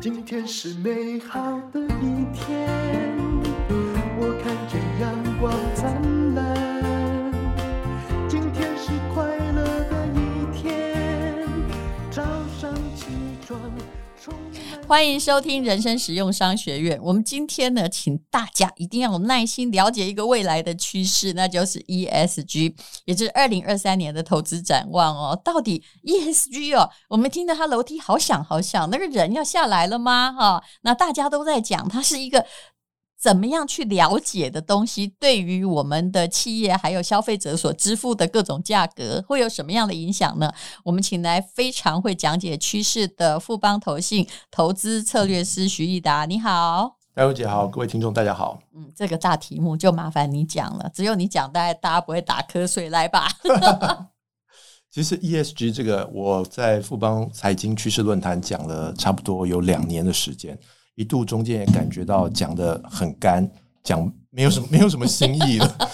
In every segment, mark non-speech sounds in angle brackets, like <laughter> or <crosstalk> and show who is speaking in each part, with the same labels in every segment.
Speaker 1: 今天是美好的一天，我看见阳光灿烂。今天是快乐的一天，早上起床充满。
Speaker 2: 欢迎收听人生实用商学院。我们今天呢，请大家一定要有耐心了解一个未来的趋势，那就是 ESG，也就是二零二三年的投资展望哦。到底 ESG 哦，我们听到它楼梯好响好响，那个人要下来了吗？哈、那大家都在讲，它是一个。怎么样去了解的东西，对于我们的企业还有消费者所支付的各种价格，会有什么样的影响呢？我们请来非常会讲解趋势的富邦投信投资策略师徐益达，你好。
Speaker 1: 戴茹姐好，各位听众大家好。
Speaker 2: 嗯，这个大题目就麻烦你讲了，只有你讲，大概大家不会打瞌睡。来吧， <laughs>
Speaker 1: 其实 ESG 这个，我在富邦财经趋势论坛讲了差不多有两年的时间，一度中间也感觉到讲的很干，讲没有什么 <laughs> 没有什么新意了。 <laughs>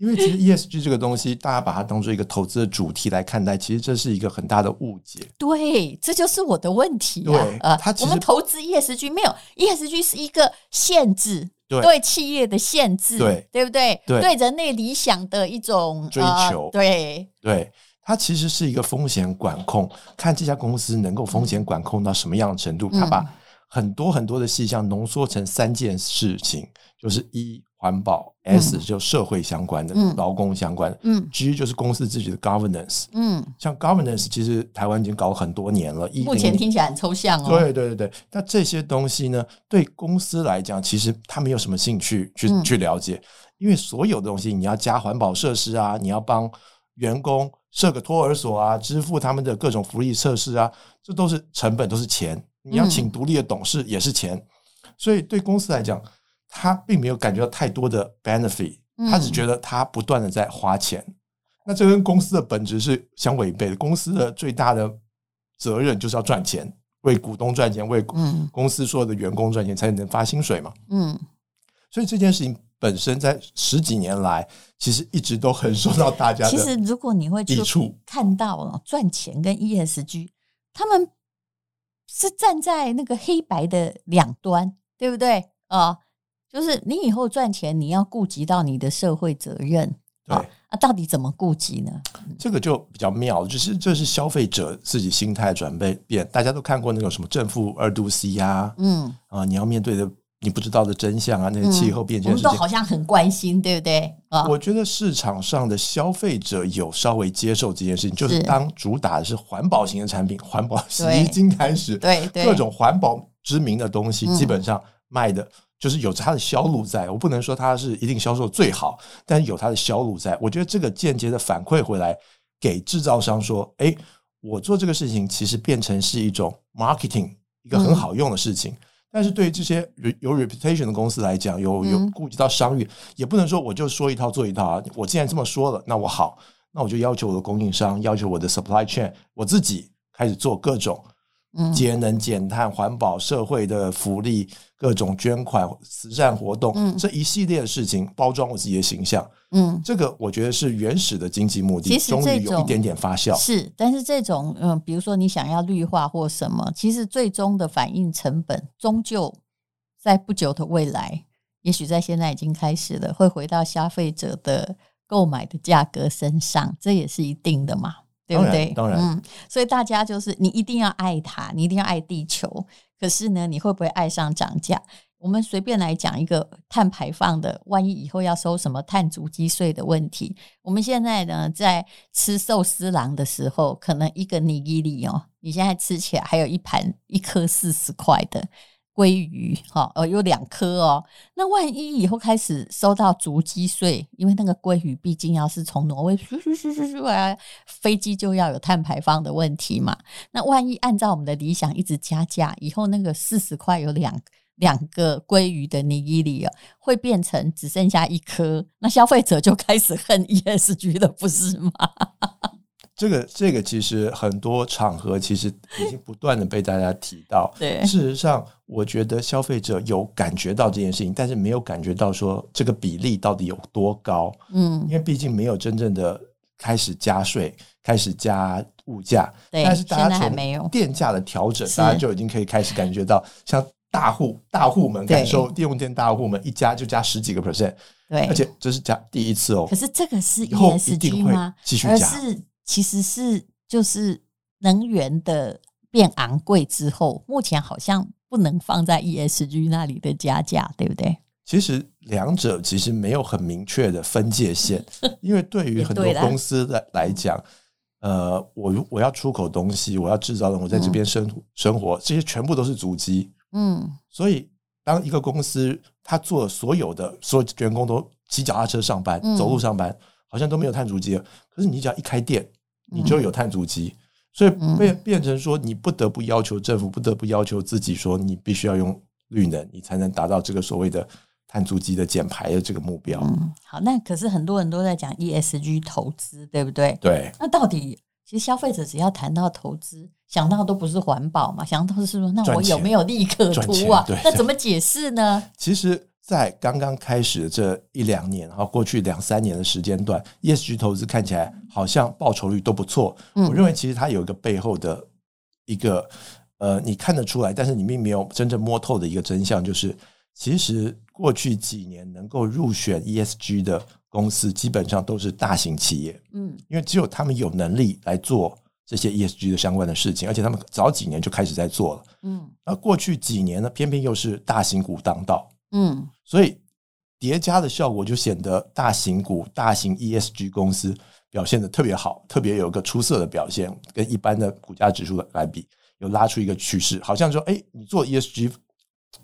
Speaker 1: 因为其实 ESG 这个东西，大家把它当做一个投资的主题来看待，其实这是一个很大的误解。
Speaker 2: 对，这就是我的问题、啊。
Speaker 1: 对
Speaker 2: 呃
Speaker 1: 它，其
Speaker 2: 我
Speaker 1: 实
Speaker 2: 们投资 ESG 没有 ESG 是一个限制，
Speaker 1: 对
Speaker 2: 企业的限制，
Speaker 1: 对
Speaker 2: 对不对？
Speaker 1: 对
Speaker 2: 人类理想的一种
Speaker 1: 追
Speaker 2: 呃
Speaker 1: 求
Speaker 2: 对，
Speaker 1: 对，它其实是一个风险管控，看这家公司能够风险管控到什么样的程度。
Speaker 2: 嗯
Speaker 1: 它把很多很多的细项浓缩成三件事情，就是一环保，S 就社会相关的
Speaker 2: 嗯、
Speaker 1: 劳工相关的
Speaker 2: 嗯
Speaker 1: ，G 就是公司自己的 governance。
Speaker 2: 嗯，
Speaker 1: 像 governance，其实台湾已经搞很多年了，一
Speaker 2: 目前
Speaker 1: 零
Speaker 2: 听起来很抽象哦。
Speaker 1: 嗯对对对对，那这些东西呢，对公司来讲，其实他没有什么兴趣去、
Speaker 2: 嗯
Speaker 1: 去了解，因为所有的东西，你要加环保设施啊，你要帮员工设个托儿所啊，支付他们的各种福利设施啊，这都是成本，都是钱。
Speaker 2: 嗯
Speaker 1: 你要请独立的董事也是钱，所以对公司来讲，他并没有感觉到太多的 benefit，
Speaker 2: 嗯
Speaker 1: 他只觉得他不断的在花钱。那这跟公司的本质是相违背的。公司的最大的责任就是要赚钱，为股东赚钱，为
Speaker 2: 嗯
Speaker 1: 公司所有的员工赚钱，才能发薪水嘛。
Speaker 2: 嗯，
Speaker 1: 所以这件事情本身在十几年来，其实一直都很受到大家
Speaker 2: 其实
Speaker 1: 的
Speaker 2: 如果你会去
Speaker 1: 啊抵触。
Speaker 2: 看到哦，赚钱跟 ESG，他们是站在那个黑白的两端，对不对？啊、就是你以后赚钱，你要顾及到你的社会责任
Speaker 1: 对，
Speaker 2: 啊，到底怎么顾及呢？
Speaker 1: 这个就比较妙，就是这是消费者自己心态转变变。大家都看过那种什么正负二度 C 啊，
Speaker 2: 嗯，
Speaker 1: 啊，你要面对的你不知道的真相啊，那些气候变
Speaker 2: 我
Speaker 1: 迁
Speaker 2: 们
Speaker 1: 事
Speaker 2: 都
Speaker 1: 情。
Speaker 2: 好像很关心，对不对？啊、
Speaker 1: 我觉得市场上的消费者有稍微接受这件事情，就是
Speaker 2: 是
Speaker 1: 当主打的是环保型的产品，环保洗
Speaker 2: 对
Speaker 1: 衣精开始，
Speaker 2: 对对，
Speaker 1: 各种环保知名的东西，
Speaker 2: 嗯
Speaker 1: 基本上卖的就是有它的销路在。我不能说它是一定销售最好，但有它的销路在。我觉得这个间接的反馈回来给制造商说：“哎，我做这个事情其实变成是一种 marketing，一个
Speaker 2: 嗯
Speaker 1: 很好用的事情。但是对于这些有有 reputation 的公司来讲，有有
Speaker 2: 嗯
Speaker 1: 顾及到商誉，也不能说我就说一套做一套啊。我既然这么说了，那我好，那我就要求我的供应商，要求我的 supply chain，我自己开始做各种
Speaker 2: 嗯
Speaker 1: 节能减碳、环保、社会的福利、各种捐款、慈善活动，
Speaker 2: 嗯
Speaker 1: 这一系列的事情包装我自己的形象，
Speaker 2: 嗯。
Speaker 1: 这个我觉得是原始的经济目的，
Speaker 2: 其实
Speaker 1: 终
Speaker 2: 这
Speaker 1: 于有
Speaker 2: 种
Speaker 1: 一点点发酵。
Speaker 2: 是，但是这种嗯，比如说你想要绿化或什么，其实最终的反应成本，终究在不久的未来，也许在现在已经开始了，会回到消费者的购买的价格身上，这也是一定的嘛，对不
Speaker 1: 当然
Speaker 2: 对？
Speaker 1: 当然
Speaker 2: 嗯，所以大家就是你一定要爱它，你一定要爱地球，可是呢，你会不会爱上涨价？我们随便来讲一个碳排放的，万一以后要收什么碳足迹税的问题，我们现在呢，在吃寿司郎的时候，可能一个尼基里哦，你现在吃起来还有一盘一颗四十块的鲑鱼，哈、哦，有两颗哦。那万一以后开始收到足迹税，因为那个鲑鱼毕竟要是从挪威咻咻咻咻咻啊，飞机就要有碳排放的问题嘛。那万一按照我们的理想一直加价，以后那个四十块有两两个鲑鱼的尼基里哦，会变成只剩下一颗，那消费者就开始恨 <laughs> E ESG 了，不是吗？。
Speaker 1: 这个这个其实很多场合其实已经不断的被大家提到
Speaker 2: <laughs> 对
Speaker 1: 事实上，我觉得消费者有感觉到这件事情，但是没有感觉到说这个比例到底有多高。
Speaker 2: 嗯
Speaker 1: 因为毕竟没有真正的开始加税，开始加物价，
Speaker 2: 对
Speaker 1: 但是大
Speaker 2: 现
Speaker 1: 家
Speaker 2: 在还
Speaker 1: 从
Speaker 2: 没有
Speaker 1: 电价的调整，
Speaker 2: 是
Speaker 1: 大家就已经可以开始感觉到，像大户大户们
Speaker 2: 对
Speaker 1: 感受电用电大户们一加就加十几个 percent，
Speaker 2: 对，
Speaker 1: 而且这是加第一次哦
Speaker 2: 可，是这个是
Speaker 1: 以后一
Speaker 2: ESG
Speaker 1: 定会
Speaker 2: 吗？
Speaker 1: 继续
Speaker 2: 而
Speaker 1: 加
Speaker 2: 是其实是就是能源的变昂贵之后，目前好像不能放在 ESG 那里的加价，对不对？
Speaker 1: 其实两者其实没有很明确的分
Speaker 2: <laughs>
Speaker 1: 界线，因为对于很多
Speaker 2: 也对啦
Speaker 1: 公司来来讲，呃，我如我要出口东西，我要制造的，我在这边生、生活，这些全部都是足迹。
Speaker 2: 嗯，
Speaker 1: 所以，当一个公司他做所有的所有员工都骑脚踏车上班、
Speaker 2: 嗯
Speaker 1: 走路上班，好像都没有碳足迹了，可是你只要一开店，你
Speaker 2: 嗯
Speaker 1: 就有碳足迹。所以
Speaker 2: 嗯
Speaker 1: 变变成说，你不得不要求政府，不得不要求自己，说你必须要用绿能，你才能达到这个所谓的碳足迹的减排的这个目标。
Speaker 2: 嗯，好，那可是很多人都在讲 ESG 投资，对不对？
Speaker 1: 对，
Speaker 2: 那到底其实消费者只要谈到投资，想到都不是环保嘛，想到都是说那我
Speaker 1: 赚钱
Speaker 2: 有没有利可
Speaker 1: 赚
Speaker 2: 图
Speaker 1: 钱
Speaker 2: 啊
Speaker 1: 对？
Speaker 2: 那
Speaker 1: 对
Speaker 2: 怎么解释呢？
Speaker 1: 其实，在刚刚开始这一两年，哈，过去两三年的时间段，ESG 投资看起来好像报酬率都不错。
Speaker 2: 嗯
Speaker 1: 我认为其实它有一个背后的一个呃，你看得出来，但是你并没有真正摸透的一个真相，就是其实过去几年能够入选 ESG 的公司，基本上都是大型企业，
Speaker 2: 嗯
Speaker 1: 因为只有他们有能力来做这些 ESG 的相关的事情，而且他们早几年就开始在做了。
Speaker 2: 嗯
Speaker 1: 而过去几年呢，偏偏又是大型股当道。
Speaker 2: 嗯，
Speaker 1: 所以叠加的效果就显得大型股、大型 ESG 公司表现的特别好，特别有一个出色的表现，跟一般的股价指数来比，有拉出一个趋势，好像说，哎，你做 ESG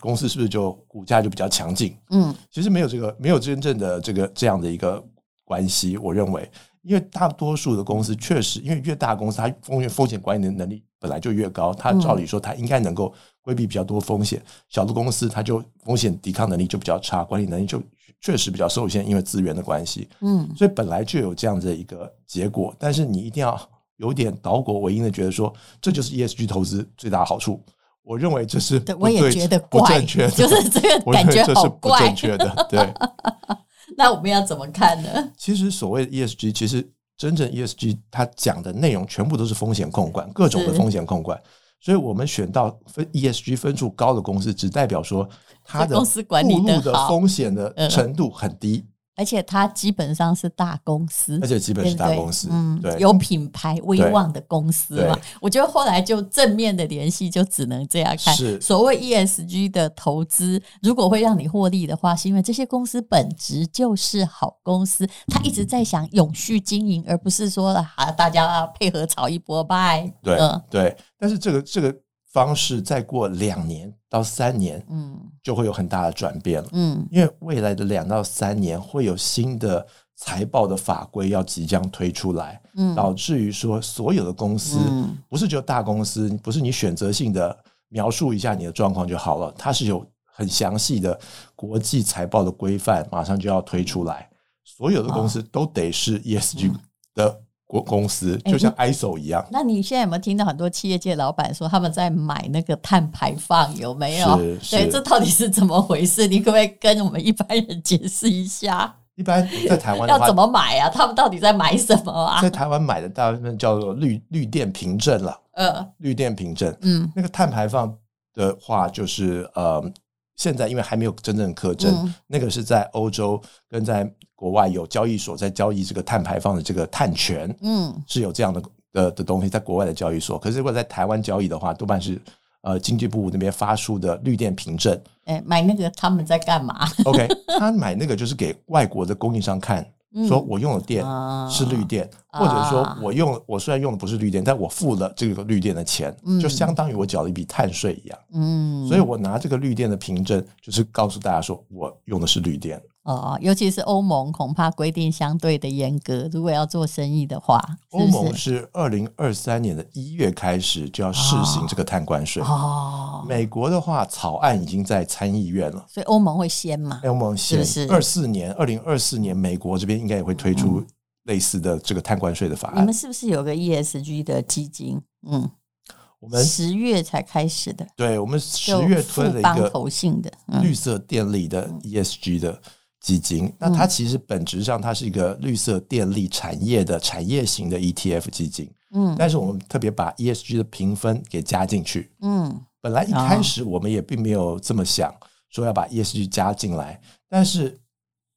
Speaker 1: 公司是不是就股价就比较强劲？
Speaker 2: 嗯
Speaker 1: 其实没有这个，没有真正的这个这样的一个关系。我认为，因为大多数的公司确实，因为越大公司，它风险风险管理的能力本来就越高，它
Speaker 2: 嗯
Speaker 1: 照理说它应该能够规避比较多风险。小的公司它就风险抵抗能力就比较差，管理能力就确实比较受限，因为资源的关系。
Speaker 2: 嗯
Speaker 1: 所以本来就有这样的一个结果，但是你一定要有点倒果为因的觉得说，这就是 ESG 投资最大的好处。我认为这是
Speaker 2: 对，
Speaker 1: 不
Speaker 2: 我也
Speaker 1: 对
Speaker 2: 觉得
Speaker 1: 不
Speaker 2: 怪，
Speaker 1: 正确
Speaker 2: <laughs>
Speaker 1: 的，
Speaker 2: 就是这个
Speaker 1: <laughs> 我
Speaker 2: 感
Speaker 1: 认为
Speaker 2: 觉
Speaker 1: 这
Speaker 2: 好
Speaker 1: 是不
Speaker 2: 怪
Speaker 1: 正。确的，对。
Speaker 2: <laughs> 那我们要怎么看呢？
Speaker 1: 其实所谓的 ESG，其实真正 ESG 它讲的内容全部都是风险控管，各种的
Speaker 2: 是
Speaker 1: 风险控管。所以我们选到分 ESG 分数高的公司，只代表说它
Speaker 2: 这
Speaker 1: 的
Speaker 2: 公司管理
Speaker 1: 暴
Speaker 2: 得
Speaker 1: 露的
Speaker 2: 好
Speaker 1: 风险的
Speaker 2: 嗯
Speaker 1: 程度很低，
Speaker 2: 而且它基本上是大公司，
Speaker 1: 而且基本是大
Speaker 2: 嗯对不对
Speaker 1: 公司。
Speaker 2: 嗯，
Speaker 1: 对，
Speaker 2: 有品牌威望的公司嘛
Speaker 1: 对。
Speaker 2: 我觉得后来就正面的联系就只能这样看。
Speaker 1: 是
Speaker 2: 所谓 ESG 的投资，如果会让你获利的话，是因为这些公司本质就是好公司，它一直在想永续经营，而不是说啊大家配合炒一波拜。
Speaker 1: 对、
Speaker 2: 嗯
Speaker 1: 对。但是这个这个方式再过两年到三年，
Speaker 2: 嗯
Speaker 1: 就会有很大的转变了。
Speaker 2: 嗯
Speaker 1: 因为未来的两到三年会有新的财报的法规要即将推出来，
Speaker 2: 嗯
Speaker 1: 导致于说所有的公司
Speaker 2: 嗯
Speaker 1: 不是只有大公司，不是你选择性的描述一下你的状况就好了，它是有很详细的国际财报的规范，马上就要推出来，所有的公司都得是 ESG 的国公司，
Speaker 2: 嗯哎
Speaker 1: 就像 ISO 一样。
Speaker 2: 那你现在有没有听到很多企业界老板说他们在买那个碳排放？有没有？
Speaker 1: 是是
Speaker 2: 对，这到底是怎么回事？ <laughs> 你可不可以跟我们一般人解释一下？
Speaker 1: 一般在台湾的
Speaker 2: 要
Speaker 1: 话
Speaker 2: 怎，么买啊？他们到底在买什么啊
Speaker 1: 在？台湾买的大部分叫做绿绿电凭证了，
Speaker 2: 呃，
Speaker 1: 绿电凭证。
Speaker 2: 嗯
Speaker 1: 那个碳排放的话，就是呃，现在因为还没有真正苛征，
Speaker 2: 嗯
Speaker 1: 那个是在欧洲跟在国外有交易所在交易这个碳排放的这个碳权，
Speaker 2: 嗯
Speaker 1: 是有这样的呃的的东西在国外的交易所。可是如果在台湾交易的话，多半是呃经济部那边发出的绿电凭证。
Speaker 2: 哎、买那个他们在干嘛？ <laughs>
Speaker 1: OK，他买那个就是给外国的供应商看，
Speaker 2: 嗯
Speaker 1: 说我用的电
Speaker 2: 啊
Speaker 1: 是绿电，
Speaker 2: 啊
Speaker 1: 或者说我用我虽然用的不是绿电，但我付了这个绿电的钱
Speaker 2: 嗯，
Speaker 1: 就相当于我缴了一笔碳税一样。
Speaker 2: 嗯，
Speaker 1: 所以我拿这个绿电的凭证，就是告诉大家说我用的是绿电。
Speaker 2: 哦，尤其是欧盟恐怕规定相对的严格，如果要做生意的话，是
Speaker 1: 欧
Speaker 2: 不
Speaker 1: 盟
Speaker 2: 是？
Speaker 1: 是二零二三年的一月开始就要试行这个碳关税。
Speaker 2: 哦，
Speaker 1: 美国的话，草案已经在参议院了。
Speaker 2: 所以欧盟会先嘛？
Speaker 1: 欧盟
Speaker 2: 是
Speaker 1: 先
Speaker 2: 不是嗯
Speaker 1: 二四年，二零二四年，美国这边应该也会推出类似的这个碳关税的法
Speaker 2: 你
Speaker 1: 案
Speaker 2: 们。是不是有个 ESG 的基金？嗯。
Speaker 1: 我们
Speaker 2: 十月才开始的，
Speaker 1: 对，我们十
Speaker 2: 就
Speaker 1: 月
Speaker 2: 富
Speaker 1: 推了一
Speaker 2: 邦
Speaker 1: 个
Speaker 2: 投信的，
Speaker 1: 绿
Speaker 2: 嗯
Speaker 1: E 色电力的 ESG 的基金。那它其实本质上它是一个绿色电力产业的产业型的 ETF 基金，
Speaker 2: 嗯
Speaker 1: 但是我们特别把 ESG 的评分给加进去。
Speaker 2: 嗯
Speaker 1: 本来一开始我们也并没有这么想，说要把 ESG 加进来，但是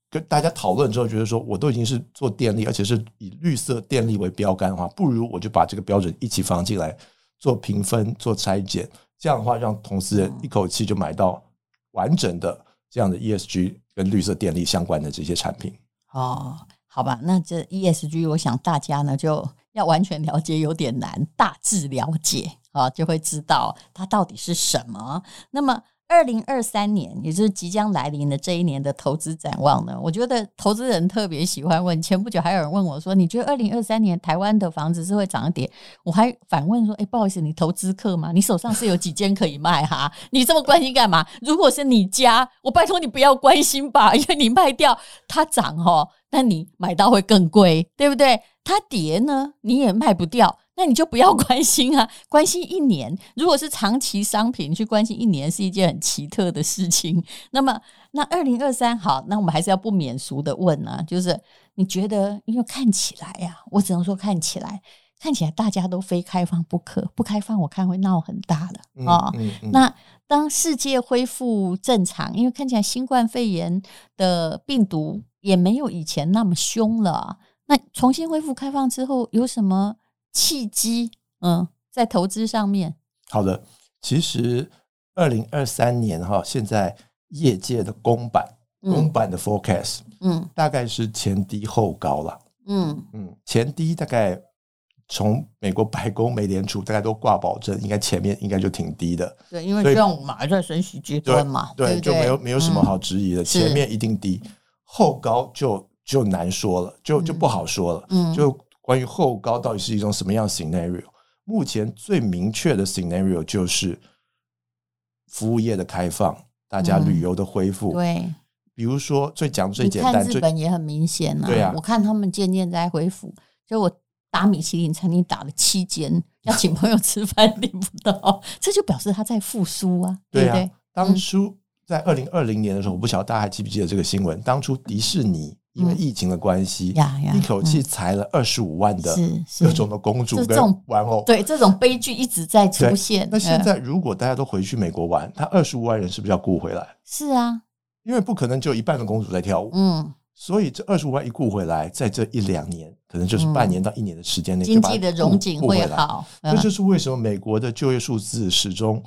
Speaker 1: 跟大家讨论之后，觉得说我都已经是做电力，而且是以绿色电力为标杆的话，不如我就把这个标准一起放进来做评分、做拆解，这样的话让投资人一口气就买到完整的这样的 ESG 跟绿色电力相关的这些产品。
Speaker 2: 哦，好吧，那这 ESG 我想大家呢就要完全了解有点难，大致了解啊就会知道它到底是什么。那么。二零二三年，也就是即将来临的这一年的投资展望呢？我觉得投资人特别喜欢问。前不久还有人问我说：“你觉得二零二三年台湾的房子是会涨跌？”我还反问说：“哎、不好意思，你投资客吗？你手上是有几间可以卖哈？你这么关心干嘛？如果是你家，我拜托你不要关心吧，因为你卖掉它涨哦，那你买到会更贵，对不对？它跌呢，你也卖不掉。”那你就不要关心啊， <laughs> 关心一年。如果是长期商品，去关心一年是一件很奇特的事情。那么，那二零二三好，那我们还是要不免俗的问啊，就是你觉得，因为看起来呀、我只能说看起来，看起来大家都非开放不可，不开放我看会闹很大的啊、
Speaker 1: 嗯嗯
Speaker 2: 那当世界恢复正常，因为看起来新冠肺炎的病毒也没有以前那么凶了啊，那重新恢复开放之后，有什么契机？嗯，在投资上面，
Speaker 1: 好的，其实二零二三年哈，现在业界的公版公
Speaker 2: 嗯
Speaker 1: 版的 forecast
Speaker 2: 嗯
Speaker 1: 大概是前低后高了。
Speaker 2: 嗯
Speaker 1: 嗯，前低大概从美国白宫、美联储大概都挂保证，应该前面应该就挺低的，
Speaker 2: 对，因为
Speaker 1: 所以
Speaker 2: 这样马上升息结
Speaker 1: 对
Speaker 2: 婚嘛，
Speaker 1: 对，
Speaker 2: 不嗯
Speaker 1: 就没有没有什么好质疑的，
Speaker 2: 是
Speaker 1: 前面一定低，后高就就难说了，就就
Speaker 2: 嗯
Speaker 1: 不好说了。
Speaker 2: 嗯，
Speaker 1: 就关于后高到底是一种什么样的 scenario，目前最明确的 scenario 就是服务业的开放，大家
Speaker 2: 嗯
Speaker 1: 旅游的恢复。
Speaker 2: 对，
Speaker 1: 比如说最讲最
Speaker 2: 你
Speaker 1: 简
Speaker 2: 看
Speaker 1: 单，
Speaker 2: 日
Speaker 1: 最
Speaker 2: 本也很明显呐、
Speaker 1: 对啊
Speaker 2: 我看他们渐渐在恢复，就我。打米其林餐厅打了七间，要请朋友吃饭 <laughs> 领不到，这就表示他在复苏啊，对不
Speaker 1: 啊，
Speaker 2: 对？嗯
Speaker 1: 当初在二零二零年的时候，我不晓得大家还记不记得这个新闻？当初迪士尼因为
Speaker 2: 嗯
Speaker 1: 疫情的关系，
Speaker 2: 呀呀嗯
Speaker 1: 一口气裁了二十五万的
Speaker 2: 是是
Speaker 1: 各种的公主
Speaker 2: 就这
Speaker 1: 跟
Speaker 2: 种
Speaker 1: 玩偶。
Speaker 2: 对，这种悲剧一直在出
Speaker 1: 对
Speaker 2: 现。
Speaker 1: 那现
Speaker 2: 呃
Speaker 1: 在如果大家都回去美国玩，他二十五万人是不是要雇回来？
Speaker 2: 是啊，
Speaker 1: 因为不可能只有一半的公主在跳舞，
Speaker 2: 嗯，
Speaker 1: 所以这二十五万一雇回来，在这一两年，可能就是
Speaker 2: 嗯
Speaker 1: 半年到一年的时间内，
Speaker 2: 经济的
Speaker 1: 融
Speaker 2: 融景会。好。
Speaker 1: 那
Speaker 2: 嗯
Speaker 1: 就是为什么美国的就业数字始终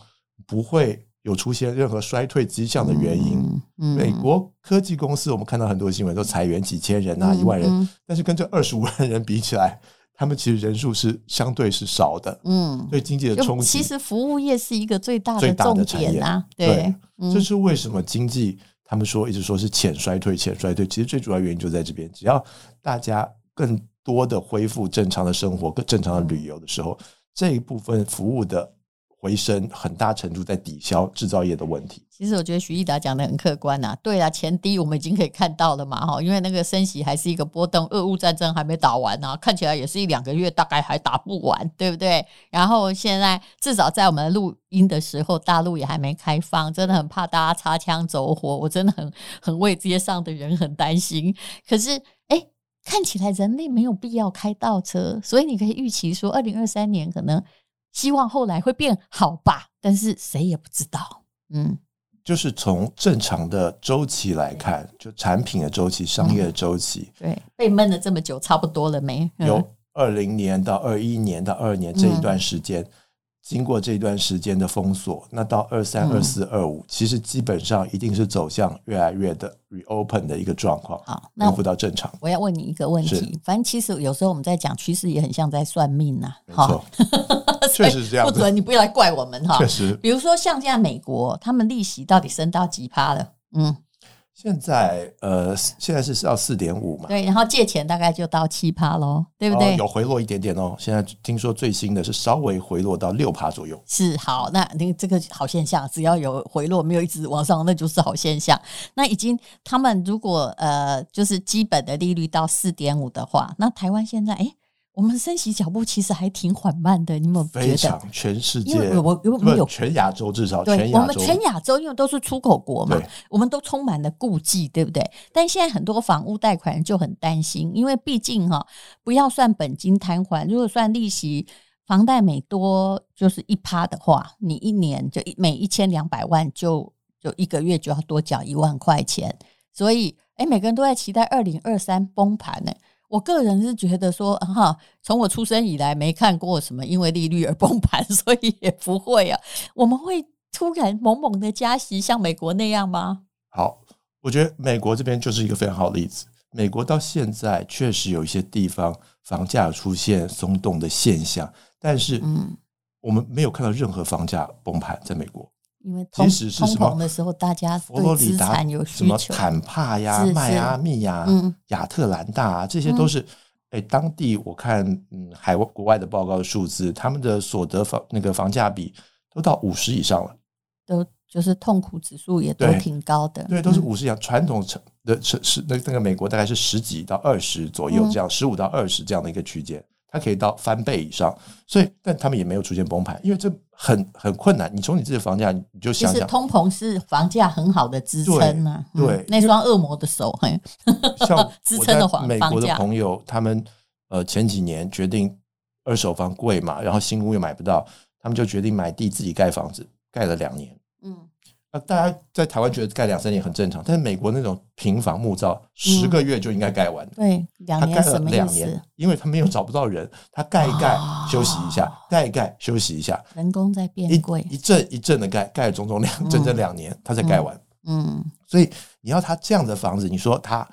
Speaker 1: 不会有出现任何衰退迹象的原因。，
Speaker 2: 嗯
Speaker 1: 美国科技公司，我们看到很多新闻都裁员几千人啊，一万人，，
Speaker 2: 嗯
Speaker 1: 但是跟这二十五万人比起来，他们其实人数是相对是少的，
Speaker 2: 嗯，嗯
Speaker 1: 对经济的冲
Speaker 2: 就
Speaker 1: 击。
Speaker 2: 其实服务业是一个最大
Speaker 1: 最
Speaker 2: 的
Speaker 1: 大的
Speaker 2: 重
Speaker 1: 产
Speaker 2: 点
Speaker 1: 业
Speaker 2: 啊，
Speaker 1: 对
Speaker 2: 对，嗯
Speaker 1: 这是为什么经济他们说一直说是浅衰退、浅衰退，其实最主要原因就在这边。只要大家更多的恢复正常的生活、更正常的旅游的时候，这一部分服务的回升，很大程度在抵消制造业的问题。
Speaker 2: 其实我觉得徐益达讲的很客观呐、对啊，前低我们已经可以看到了嘛，哈，因为那个升息还是一个波动，俄乌战争还没打完呢、看起来也是一两个月，大概还打不完，对不对？然后现在至少在我们录音的时候，大陆也还没开放，真的很怕大家擦枪走火，我真的很很为街上的人很担心。可是，哎，看起来人类没有必要开倒车，所以你可以预期说，二零二三年可能希望后来会变好吧，但是谁也不知道，嗯。
Speaker 1: 就是从正常的周期来看，就产品的周期、商业的周期，
Speaker 2: 对，被闷了这么久，差不多了没？嗯
Speaker 1: 由二零年到二一年到二年这一段时间，经过这一段时间的封锁，那到二三、
Speaker 2: 嗯
Speaker 1: 二四、二五，其实基本上一定是走向越来越的 reopen 的一个状况，
Speaker 2: 好，那
Speaker 1: 恢复到正常。
Speaker 2: 我要问你一个问题
Speaker 1: 是。
Speaker 2: 反正其实有时候我们在讲趋势，也很像在算命呐、
Speaker 1: 没
Speaker 2: 哈 <laughs>
Speaker 1: 错，确实是这样
Speaker 2: 不
Speaker 1: 子，
Speaker 2: 准你不要来怪我们哈
Speaker 1: 确。实。
Speaker 2: 比如说像现在美国，他们利息到底升到几趴了？嗯，
Speaker 1: 现在呃，现在是到四点五嘛，
Speaker 2: 对，然后借钱大概就到七趴喽，对不
Speaker 1: 哦
Speaker 2: 对？
Speaker 1: 有回落一点点哦。现在听说最新的是稍微回落到六趴左右。
Speaker 2: 是好，那那这个好现象，只要有回落，没有一直往上，那就是好现象。那已经他们如果呃，就是基本的利率到四点五的话，那台湾现在诶我们升息脚步其实还挺缓慢的，你有没有
Speaker 1: 非
Speaker 2: 觉
Speaker 1: 常
Speaker 2: 得？
Speaker 1: 全世界
Speaker 2: 因为我我我们有
Speaker 1: 不全亚洲至少全
Speaker 2: 对，我
Speaker 1: 亚
Speaker 2: 们
Speaker 1: 洲
Speaker 2: 全亚洲因为都是出口国嘛
Speaker 1: 对，
Speaker 2: 我们都充满了顾忌，对不对？但现在很多房屋贷款人就很担心，因为毕竟哈、不要算本金摊还，如果算利息，房贷每多就是一趴的话，你一年就一每一千两百万就就一个月就要多缴一万块钱，所以哎，每个人都在期待二零二三崩盘呢、我个人是觉得说，啊哈、从我出生以来没看过什么因为利率而崩盘， <laughs> 所以也不会啊。我们会突然猛猛的加息，像美国那样吗？
Speaker 1: 好，我觉得美国这边就是一个非常好的例子。美国到现在确实有一些地方房价出现松动的现象，但是
Speaker 2: 嗯，
Speaker 1: 我们没有看到任何房价崩盘在美国。
Speaker 2: 因为通
Speaker 1: 即使是
Speaker 2: 通
Speaker 1: 什么
Speaker 2: 膨的时候，大家
Speaker 1: 佛罗
Speaker 2: 对
Speaker 1: 里
Speaker 2: 资
Speaker 1: 达
Speaker 2: 产有
Speaker 1: 什
Speaker 2: 需
Speaker 1: 么啊
Speaker 2: 求，
Speaker 1: 坦帕呀
Speaker 2: 是、是
Speaker 1: 迈阿密呀、
Speaker 2: 嗯
Speaker 1: 亚特兰大啊，这些都是哎、当地我看嗯海外国外的报告的数字，他们的所得房那个房价比都到五十以上了。
Speaker 2: 都就是痛苦指数也都
Speaker 1: 对
Speaker 2: 挺高的。
Speaker 1: 对，都是
Speaker 2: 嗯
Speaker 1: 五十以上。传统城的城市，那那个美国大概是十几到二十左
Speaker 2: 嗯
Speaker 1: 右这样，十五到二十这样的一个区间，它可以到翻倍以上。所以，但他们也没有出现崩盘，因为这很很困难。你从你自己的房价，你就
Speaker 2: 其
Speaker 1: 想
Speaker 2: 实
Speaker 1: 想，
Speaker 2: 通膨是房价很好的支撑啊，
Speaker 1: 对对
Speaker 2: 嗯那双恶魔的手，嘿，
Speaker 1: 像
Speaker 2: <laughs> 支
Speaker 1: 我
Speaker 2: 撑
Speaker 1: 在
Speaker 2: 的房
Speaker 1: 美
Speaker 2: 房
Speaker 1: 国的
Speaker 2: 价
Speaker 1: 朋友，他们呃前几年决定二手房贵嘛，然后新屋又买不到，他们就决定买地自己盖房子，盖了两年。
Speaker 2: 嗯，
Speaker 1: 那大家在台湾觉得盖两三年很正常，但是美国那种平房木造，
Speaker 2: 嗯
Speaker 1: 十个月就应该盖完。
Speaker 2: 对，两
Speaker 1: 他盖
Speaker 2: 年什
Speaker 1: 了
Speaker 2: 么意
Speaker 1: 两
Speaker 2: 思
Speaker 1: 年？，因为他没有找不到人，他盖一盖
Speaker 2: 啊
Speaker 1: 休息一下，盖一盖休息一下，
Speaker 2: 人工在
Speaker 1: 一
Speaker 2: 变贵，
Speaker 1: 一阵一阵的盖，盖了整整两整整两年，他才盖完。
Speaker 2: 嗯，
Speaker 1: 所以你要他这样的房子，你说他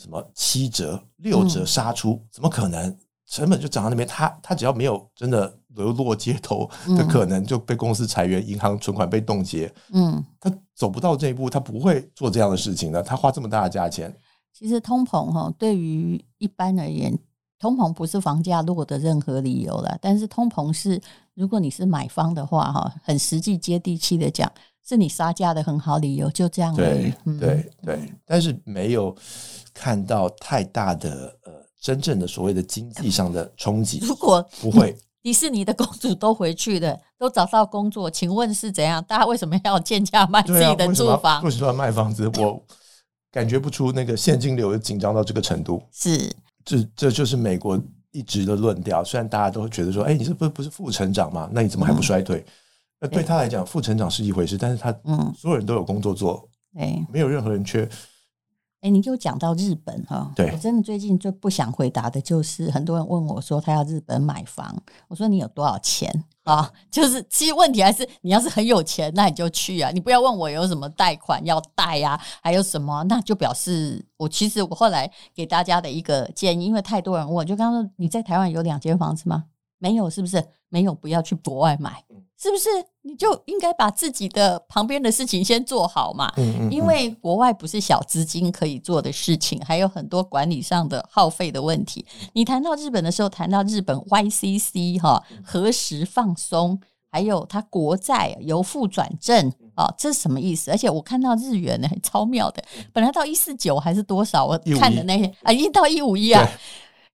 Speaker 1: 什么七折、六折
Speaker 2: 嗯
Speaker 1: 杀出，怎么可能？成本就涨到那边，他他只要没有真的流落街头
Speaker 2: 嗯
Speaker 1: 的可能，就被公司裁员，银行存款被冻结，
Speaker 2: 嗯，
Speaker 1: 他走不到这一步，他不会做这样的事情的。他花这么大的价钱，
Speaker 2: 其实通膨哈，对于一般而言，通膨不是房价落的任何理由了。但是通膨是，如果你是买方的话哈，很实际接地气的讲，是你杀价的很好理由，就这样而已嗯
Speaker 1: 对。对对，但是没有看到太大的呃真正的所谓的经济上的冲击，
Speaker 2: <laughs> 如果
Speaker 1: 不
Speaker 2: <laughs>
Speaker 1: 会。
Speaker 2: 迪士尼的公主都回去了，都找到工作，请问是怎样？大家为什么要贱价卖自
Speaker 1: 对啊，
Speaker 2: 己的
Speaker 1: 为什
Speaker 2: 住
Speaker 1: 么
Speaker 2: 房？
Speaker 1: 要为什么要卖房子？我感觉不出那个现金流紧张到这个程度。
Speaker 2: 是，
Speaker 1: 这这就是美国一直的论调。虽然大家都觉得说，哎，你这不不是负成长吗？那你怎
Speaker 2: 嗯
Speaker 1: 么还不衰退？那对他来讲，负成长是一回事，但是他
Speaker 2: 嗯，
Speaker 1: 所有人都有工作做，
Speaker 2: 对。
Speaker 1: 没有任何人缺。
Speaker 2: 哎、你又讲到日本哈，
Speaker 1: 对
Speaker 2: 我真的最近就不想回答的就是，很多人问我说他要日本买房，我说你有多少钱啊？ <laughs> 就是其实问题还是你要是很有钱，那你就去啊，你不要问我有什么贷款要贷呀、啊，还有什么，那就表示我其实我后来给大家的一个建议，因为太多人问，我就刚刚说你在台湾有两间房子吗？没有，是不是？没有，不要去国外买，是不是？你就应该把自己的旁边的事情先做好嘛。
Speaker 1: 嗯嗯，
Speaker 2: 因为国外不是小资金可以做的事情，还有很多管理上的耗费的问题。你谈到日本的时候，谈到日本 YCC 哈何时放松，还有它国债由负转正啊，这是什么意思？而且我看到日元呢，超妙的，
Speaker 1: 嗯
Speaker 2: 本来到一四九还是多少，我
Speaker 1: 151
Speaker 2: 看的那些啊，一到一五一啊
Speaker 1: 对。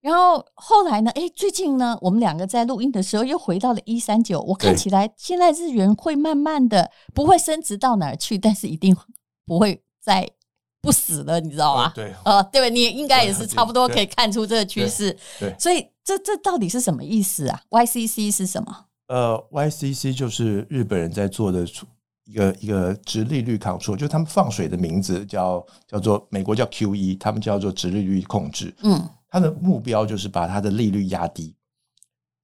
Speaker 2: 然后后来呢？哎，最近呢，我们两个在录音的时候又回到了一三九。我看
Speaker 1: 对
Speaker 2: 起来现在日元会慢慢的不会升值到哪儿去，但是一定不会再不死了，你知道吗？
Speaker 1: 对
Speaker 2: 呃，对吧？你应该也是
Speaker 1: 哦对
Speaker 2: 差不多
Speaker 1: 对
Speaker 2: 可以看出这个趋势。
Speaker 1: 对对
Speaker 2: 所以这这到底是什么意思啊？YCC 是什么？
Speaker 1: 呃，YCC 就是日本人在做的出一个一个直利率 control，就是他们放水的名字叫叫做美国叫 QE，他们叫做直利率控制。
Speaker 2: 嗯
Speaker 1: 它的目标就是把它的利率压低，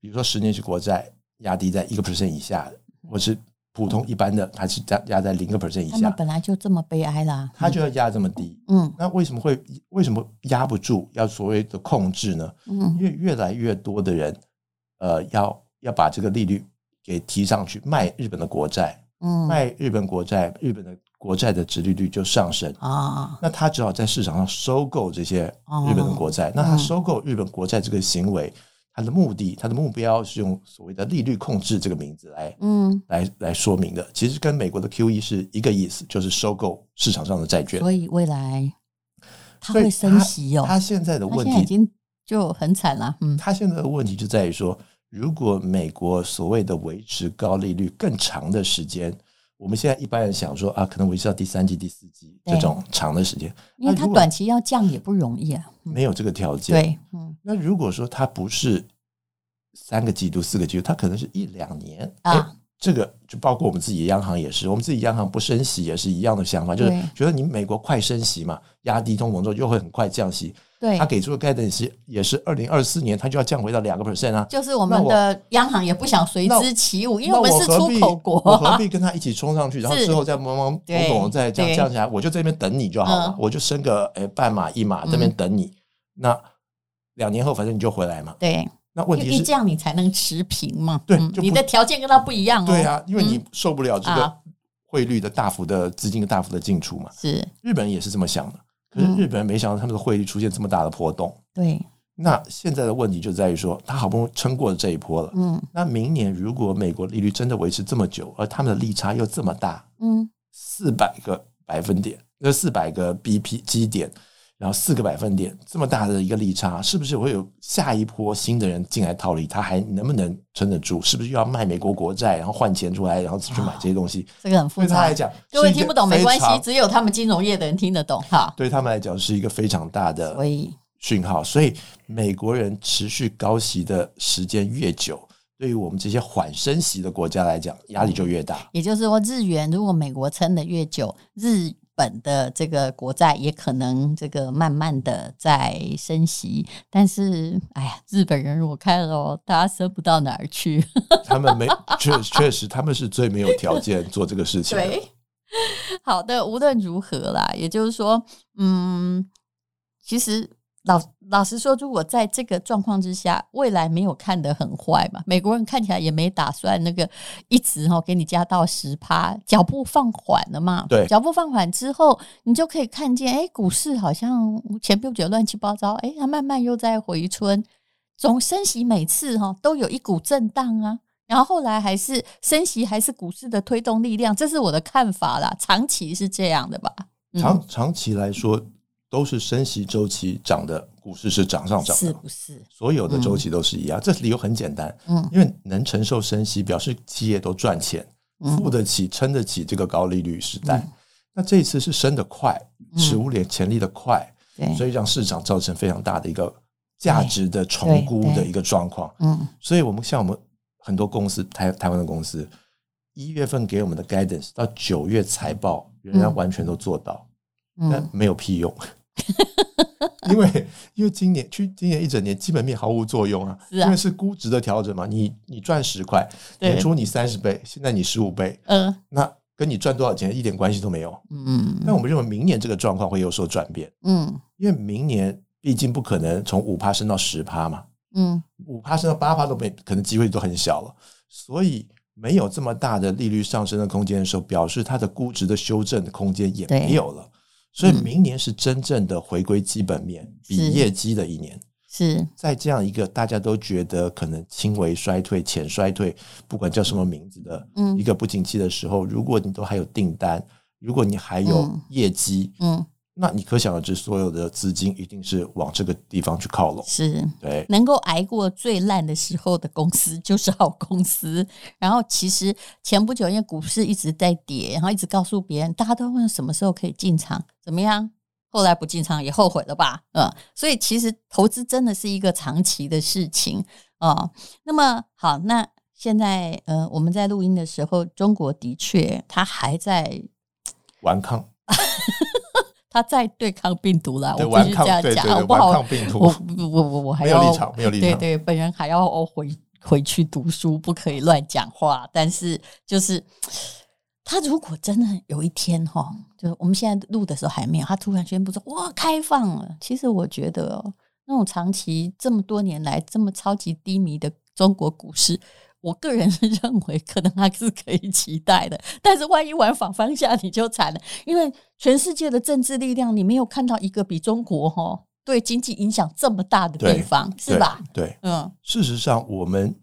Speaker 1: 比如说十年期国债压低在一个 percent 以下，或是普通一般的，它是压压在零个 percent 以
Speaker 2: 他们
Speaker 1: 下，
Speaker 2: 本来就这么悲哀啦。
Speaker 1: 它就要压这么低。
Speaker 2: 嗯
Speaker 1: 那为什么会为什么压不住？要所谓的控制呢？
Speaker 2: 嗯
Speaker 1: 因为越来越多的人，呃，要要把这个利率给提上去，卖日本的国债，
Speaker 2: 嗯
Speaker 1: 卖日本国债，日本的国债的殖利率就上升。
Speaker 2: 啊
Speaker 1: 那他只好在市场上收购这些日本的国
Speaker 2: 哦
Speaker 1: 债。
Speaker 2: 嗯
Speaker 1: 那他收购日本国债这个行为，他的目的、他的目标是用所谓的利率控制这个名字来
Speaker 2: 嗯，
Speaker 1: 来来说明的。其实跟美国的 QE 是一个意思，就是收购市场上的债券。
Speaker 2: 所以未来它
Speaker 1: 所以
Speaker 2: 会升息哦。
Speaker 1: 他现在的
Speaker 2: 它
Speaker 1: 问
Speaker 2: 现在已
Speaker 1: 题，
Speaker 2: 经就很惨啦、嗯，
Speaker 1: 它现在的问题就在于说，如果美国所谓的维持高利率更长的时间，我们现在一般人想说啊，可能维持到第三季、第四季
Speaker 2: 对
Speaker 1: 这种长的时间，
Speaker 2: 因为
Speaker 1: 那
Speaker 2: 它
Speaker 1: 如果
Speaker 2: 短期要降也不容易啊。
Speaker 1: 没有这个条件。，
Speaker 2: 对，嗯
Speaker 1: 那如果说它不是三个季度、四个季度，它可能是一两年
Speaker 2: 啊
Speaker 1: 哎这个就包括我们自己的央行也是，我们自己央行不升息也是一样的想法，就是
Speaker 2: 对
Speaker 1: 觉得你美国快升息嘛，压低通膨之后就会很快降息。
Speaker 2: 对
Speaker 1: 它，给出的 guidance 是也是二零二四年它就要降回到两个 percent 啊。
Speaker 2: 就是我们的央行也不想随
Speaker 1: 那
Speaker 2: 之起舞，因为
Speaker 1: 那
Speaker 2: 我们是
Speaker 1: 何
Speaker 2: 出
Speaker 1: 必
Speaker 2: 口国
Speaker 1: 我何
Speaker 2: 啊，
Speaker 1: 必跟他一起冲上去，然后
Speaker 2: 是
Speaker 1: 之后再懵懵
Speaker 2: 对
Speaker 1: 懂懂再这样
Speaker 2: 对
Speaker 1: 降下来？我就这边等你就好了
Speaker 2: 嗯，
Speaker 1: 我就升个诶半马一马，这边
Speaker 2: 嗯
Speaker 1: 等你。那两年后反正你就回来嘛。
Speaker 2: <laughs> 对，
Speaker 1: 那问
Speaker 2: 因
Speaker 1: 题
Speaker 2: 为
Speaker 1: 是
Speaker 2: 这，样你才能持平嘛。
Speaker 1: 对
Speaker 2: 嗯
Speaker 1: 就不
Speaker 2: 你的条件跟他不一样哦。
Speaker 1: 对啊，因为你
Speaker 2: 嗯
Speaker 1: 受不了这
Speaker 2: 啊
Speaker 1: 个汇率的大幅的资金的大幅的进出嘛。
Speaker 2: 是
Speaker 1: 日本人也是这么想的，可是
Speaker 2: 嗯
Speaker 1: 日本人没想到他们的汇率出现这么大的波动。
Speaker 2: 对，
Speaker 1: 那现在的问题就在于说，他好不容易撑过了这一波了。
Speaker 2: 嗯
Speaker 1: 那明年如果美国利率真的维持这么久，而他们的利差又这么大，
Speaker 2: 嗯，
Speaker 1: 四百个百分点，那四百个 BP 基点，然后四个百分点，这么大的一个利差，是不是会有下一波新的人进来套利？他还能不能撑得住？是不是又要卖美国国债，然后换钱出来，然后去买这些东西？
Speaker 2: 这个很复
Speaker 1: 对他
Speaker 2: 杂
Speaker 1: 来。讲，
Speaker 2: 各位听不懂没关系
Speaker 1: 是一，个非常。
Speaker 2: 只有他们金融业的人听得懂哈。
Speaker 1: 对他们来讲是一个非常大的
Speaker 2: 所以
Speaker 1: 讯号，所以美国人持续高息的时间越久，对于我们这些缓升息的国家来讲，压力就越大。
Speaker 2: 也就是说，日元如果美国撑得越久，日本的这个国债也可能这个慢慢的在升息。但是，哎呀，日本人我看哦，他升不到哪儿去。
Speaker 1: 他们没确确实，他们是最没有条件做这个事情的。
Speaker 2: 对， <laughs> 好的，无论如何啦，也就是说，嗯，其实老老实说，如果在这个状况之下，未来没有看得很坏嘛，美国人看起来也没打算那个一直哦给你加到十趴，脚步放缓了嘛，
Speaker 1: 对
Speaker 2: 脚步放缓之后，你就可以看见，哎，股市好像前不久乱七八糟，哎，它慢慢又在回春。总升息每次哈、都有一股震荡啊，然后后来还是升息，还是股市的推动力量，这是我的看法啦。长期是这样的吧？嗯
Speaker 1: 长长期来说，都是升息周期涨的，股市是涨上涨
Speaker 2: 是
Speaker 1: 的，
Speaker 2: 不是？
Speaker 1: 所有的周期都是一样。这理由很简单，
Speaker 2: 嗯
Speaker 1: 因为能承受升息，表示企业都赚钱，付
Speaker 2: 嗯，
Speaker 1: 得起、撑得起这个高利率时代
Speaker 2: 嗯。
Speaker 1: 那这一次是升得快，
Speaker 2: 嗯
Speaker 1: 史无前前例的快，
Speaker 2: 对，
Speaker 1: 所以让市场造成非常大的一个价值的重
Speaker 2: 对
Speaker 1: 估
Speaker 2: 对
Speaker 1: 的一个状况。
Speaker 2: 嗯
Speaker 1: 所以我们像我们很多公司，台台湾的公司，一月份给我们的 guidance 到九月财报仍然
Speaker 2: 嗯
Speaker 1: 完全都做到，但
Speaker 2: 嗯，
Speaker 1: 没有屁用。 <laughs> 因为因为今年去今年一整年基本面毫无作用啊，
Speaker 2: 是啊
Speaker 1: 因为是估值的调整嘛。你你赚十块，
Speaker 2: 对
Speaker 1: 年初你三十倍，现在你十五倍，
Speaker 2: 呃，
Speaker 1: 那跟你赚多少钱一点关系都没有。
Speaker 2: 嗯
Speaker 1: 但我们认为明年这个状况会有所转变，
Speaker 2: 嗯
Speaker 1: 因为明年毕竟不可能从五趴升到十趴嘛，
Speaker 2: 嗯，
Speaker 1: 五趴升到八趴都没，可能机会都很小了。所以没有这么大的利率上升的空间的时候，表示它的估值的修正的空间也
Speaker 2: 对
Speaker 1: 没有了。所以
Speaker 2: 嗯
Speaker 1: 明年是真正的回归基本面、
Speaker 2: 是
Speaker 1: 比业绩的一年。
Speaker 2: 是
Speaker 1: 在这样一个大家都觉得可能轻微衰退、浅衰退，不管叫什么名字的
Speaker 2: 嗯
Speaker 1: 一个不景气的时候，如果你都还有订单，如果你还有
Speaker 2: 嗯
Speaker 1: 业绩，
Speaker 2: 嗯
Speaker 1: 那你可想而知，所有的资金一定是往这个地方去靠拢。
Speaker 2: 是。
Speaker 1: 对，
Speaker 2: 能够挨过最烂的时候的公司就是好公司。 <laughs> 然后其实前不久因为股市一直在跌，然后一直告诉别人，大家都问什么时候可以进场，怎么样？后来不进场也后悔了吧？嗯，所以其实投资真的是一个长期的事情哦。那么好，那现在呃我们在录音的时候，中国的确它还在。
Speaker 1: 顽抗，
Speaker 2: 它在对抗病毒啦，
Speaker 1: 对，
Speaker 2: 我必
Speaker 1: 顽
Speaker 2: 须这
Speaker 1: 抗，
Speaker 2: 样
Speaker 1: 对
Speaker 2: 讲，
Speaker 1: 对
Speaker 2: 好
Speaker 1: 对，
Speaker 2: 不
Speaker 1: 顽
Speaker 2: 好
Speaker 1: 抗？病毒
Speaker 2: 我，我我我还
Speaker 1: 没有
Speaker 2: 要
Speaker 1: 立场，没有立
Speaker 2: 对
Speaker 1: 场。
Speaker 2: 对，本人还要回回去读书，不可以乱讲话。但是就是他如果真的有一天哈，就是我们现在录的时候还没有，他突然宣布说哇开放了，其实我觉得哦，那种长期这么多年来这么超级低迷的中国股市。我个人是认为，可能还是可以期待的，但是万一玩反方向，你就惨了。因为全世界的政治力量，你没有看到一个比中国哈对经济影响这么大的地
Speaker 1: 对
Speaker 2: 方，是
Speaker 1: 对
Speaker 2: 吧？？
Speaker 1: 对，
Speaker 2: 嗯
Speaker 1: 事实上，我们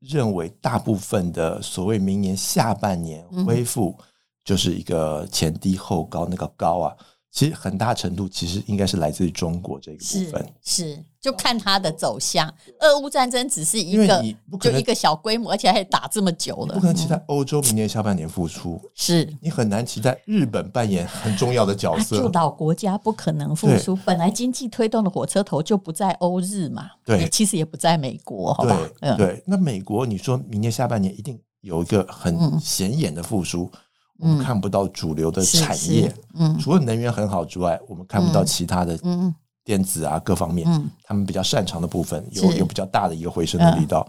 Speaker 1: 认为大部分的所谓明年下半年
Speaker 2: 嗯
Speaker 1: 恢复，就是一个前低后高，那个高啊，其实很大程度其实应该是来自于中国这个部
Speaker 2: 是
Speaker 1: 分。
Speaker 2: 是，就看它的走向。俄乌战争只是一
Speaker 1: 因为
Speaker 2: 个
Speaker 1: 你不可
Speaker 2: 就
Speaker 1: 能
Speaker 2: 一个小规模，而且还打这么久
Speaker 1: 你
Speaker 2: 了，
Speaker 1: 不可能期
Speaker 2: 嗯
Speaker 1: 待欧洲明年下半年复苏，
Speaker 2: 是。
Speaker 1: 你很难期待日本扮演很重要的角
Speaker 2: 它
Speaker 1: 色
Speaker 2: 就。老国家不可能复苏，本来经济推动的火车头就不在欧日嘛，
Speaker 1: 对
Speaker 2: 其实也不在美国，好吧？嗯
Speaker 1: 对，对，那美国你说明年下半年一定有一个很
Speaker 2: 嗯
Speaker 1: 显眼的复苏，我们看不到主流的
Speaker 2: 是
Speaker 1: 产
Speaker 2: 是
Speaker 1: 业，
Speaker 2: 嗯
Speaker 1: 除了能源很好之外，我们看不到其他的
Speaker 2: 嗯
Speaker 1: 电子啊各方面，
Speaker 2: 嗯，
Speaker 1: 他们比较擅长的部分有
Speaker 2: 是嗯
Speaker 1: 有比较大的一个回升的力道。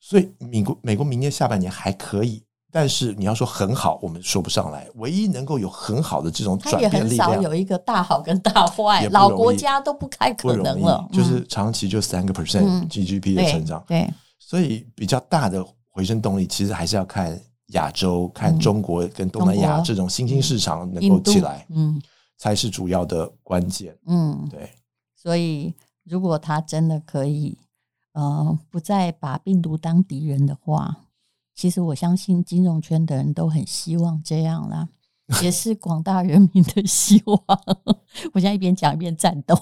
Speaker 1: 所以美国美国明年下半年还可以，但是你要说很好，我们说不上来。唯一能够有很好的这种
Speaker 2: 它
Speaker 1: 转
Speaker 2: 也
Speaker 1: 变
Speaker 2: 很
Speaker 1: 力
Speaker 2: 少
Speaker 1: 量，
Speaker 2: 有一个大好跟大坏
Speaker 1: 也，不
Speaker 2: 老
Speaker 1: 容
Speaker 2: 国
Speaker 1: 易
Speaker 2: 家都不太
Speaker 1: 不
Speaker 2: 可
Speaker 1: 容
Speaker 2: 能
Speaker 1: 易
Speaker 2: 了，，
Speaker 1: 就是
Speaker 2: 嗯
Speaker 1: 长期就三个 percent
Speaker 2: 嗯
Speaker 1: GDP 的
Speaker 2: 对
Speaker 1: 成长，
Speaker 2: 对，
Speaker 1: 所以比较大的回升动力其实还是要看亚洲、看中国跟东
Speaker 2: 嗯
Speaker 1: 南
Speaker 2: 中
Speaker 1: 亚
Speaker 2: 国嗯
Speaker 1: 这种新兴市场能够
Speaker 2: 印度
Speaker 1: 起来，
Speaker 2: 嗯
Speaker 1: 才是主要的关键。
Speaker 2: 嗯，
Speaker 1: 对，
Speaker 2: 所以如果他真的可以，呃，不再把病毒当敌人的话，其实我相信金融圈的人都很希望这样啦。也是广大人民的希望。 <laughs> 我现在一边讲一边战斗。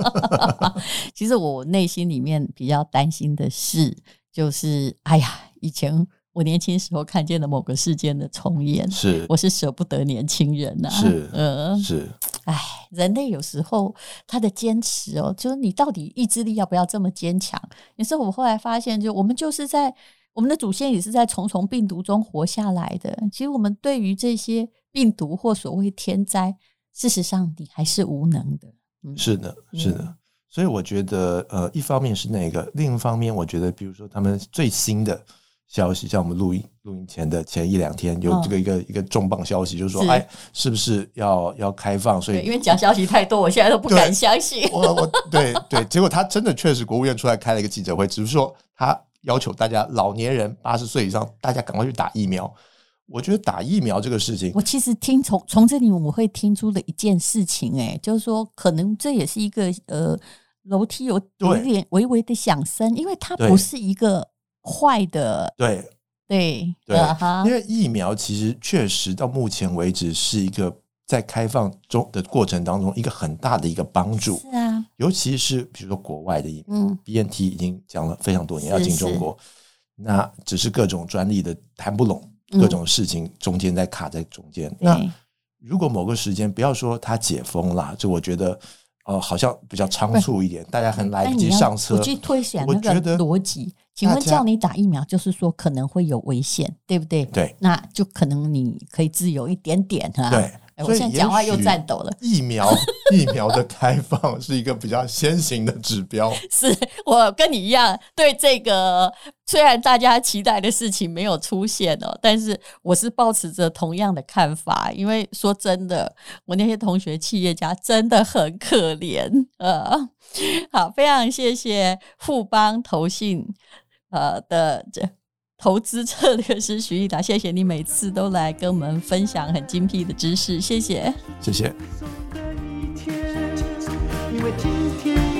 Speaker 2: <laughs> 其实我内心里面比较担心的是，就是哎呀，以前我年轻时候看见的某个事件的重演，
Speaker 1: 是
Speaker 2: 我是舍不得年轻人呐、 <laughs>
Speaker 1: 是
Speaker 2: 嗯，
Speaker 1: 是，
Speaker 2: 唉，人类有时候他的坚持哦，就是你到底意志力要不要这么坚强？有时候我后来发现，就我们就是在我们的祖先也是在重重病毒中活下来的。其实我们对于这些病毒或所谓天灾，事实上你还是无能的。嗯，
Speaker 1: 是的，是的。所以我觉得，呃，一方面是那个，另一方面，我觉得，比如说他们最新的消息，像我们录音录音前的前一两天，有
Speaker 2: 嗯
Speaker 1: 这个一个、一个重磅消息，就是说，
Speaker 2: 是
Speaker 1: 哎，是不是要要开放？所
Speaker 2: 对，因
Speaker 1: 以
Speaker 2: 为假消息太多，我现在都不敢
Speaker 1: 对
Speaker 2: 相信。 <laughs>
Speaker 1: 我我对对， <laughs> 结果他真的确实，国务院出来开了一个记者会，只是说他要求大家老年人八十岁以上，大家赶快去打疫苗。我觉得打疫苗这个事情
Speaker 2: 我，其实听从从这里我会听出的一件事情、哎，就是说，可能这也是一个呃楼梯有有
Speaker 1: 对
Speaker 2: 一点微微的响声，因为它
Speaker 1: 对
Speaker 2: 不是一个坏的，
Speaker 1: 对
Speaker 2: 对
Speaker 1: 对
Speaker 2: 啊哈
Speaker 1: 因为疫苗其实确实到目前为止是一个在开放中的过程当中一个很大的一个帮助，
Speaker 2: 是啊，
Speaker 1: 尤其是比如说国外的疫苗
Speaker 2: 嗯，
Speaker 1: ，BNT 已经讲了非常多年要
Speaker 2: 是
Speaker 1: 进中国，那只是各种专利的谈不拢，各种事情中间在卡在中间。那
Speaker 2: 嗯对，
Speaker 1: 如果某个时间，不要说它解封啦，就我觉得。呃，好像比较仓促一点，大家很来
Speaker 2: 但嗯
Speaker 1: 不
Speaker 2: 你
Speaker 1: 及
Speaker 2: 要
Speaker 1: 上车。
Speaker 2: 我去推选
Speaker 1: 我
Speaker 2: 那
Speaker 1: 觉
Speaker 2: 个
Speaker 1: 得
Speaker 2: 逻辑，请问
Speaker 1: 大家
Speaker 2: 叫你打疫苗，就是说可能会有危险，对不对？
Speaker 1: 对，
Speaker 2: 那就可能你可以自由一点点啊。
Speaker 1: 对
Speaker 2: 哎我
Speaker 1: 所以
Speaker 2: 现在讲话
Speaker 1: 也
Speaker 2: 又
Speaker 1: 许
Speaker 2: 颤抖了。
Speaker 1: 疫苗 <laughs> 疫苗的开放是一个比较先行的指标，
Speaker 2: 是我跟你一样，对这个虽然大家期待的事情没有出现哦，但是我是抱持着同样的看法，因为说真的，我那些同学企业家真的很可怜。呃，好，非常谢谢富邦投信呃的这。投资策略师徐益达，谢谢你每次都来跟我们分享很精辟的知识，谢谢。
Speaker 1: 谢谢。
Speaker 3: 送的一天，因为今天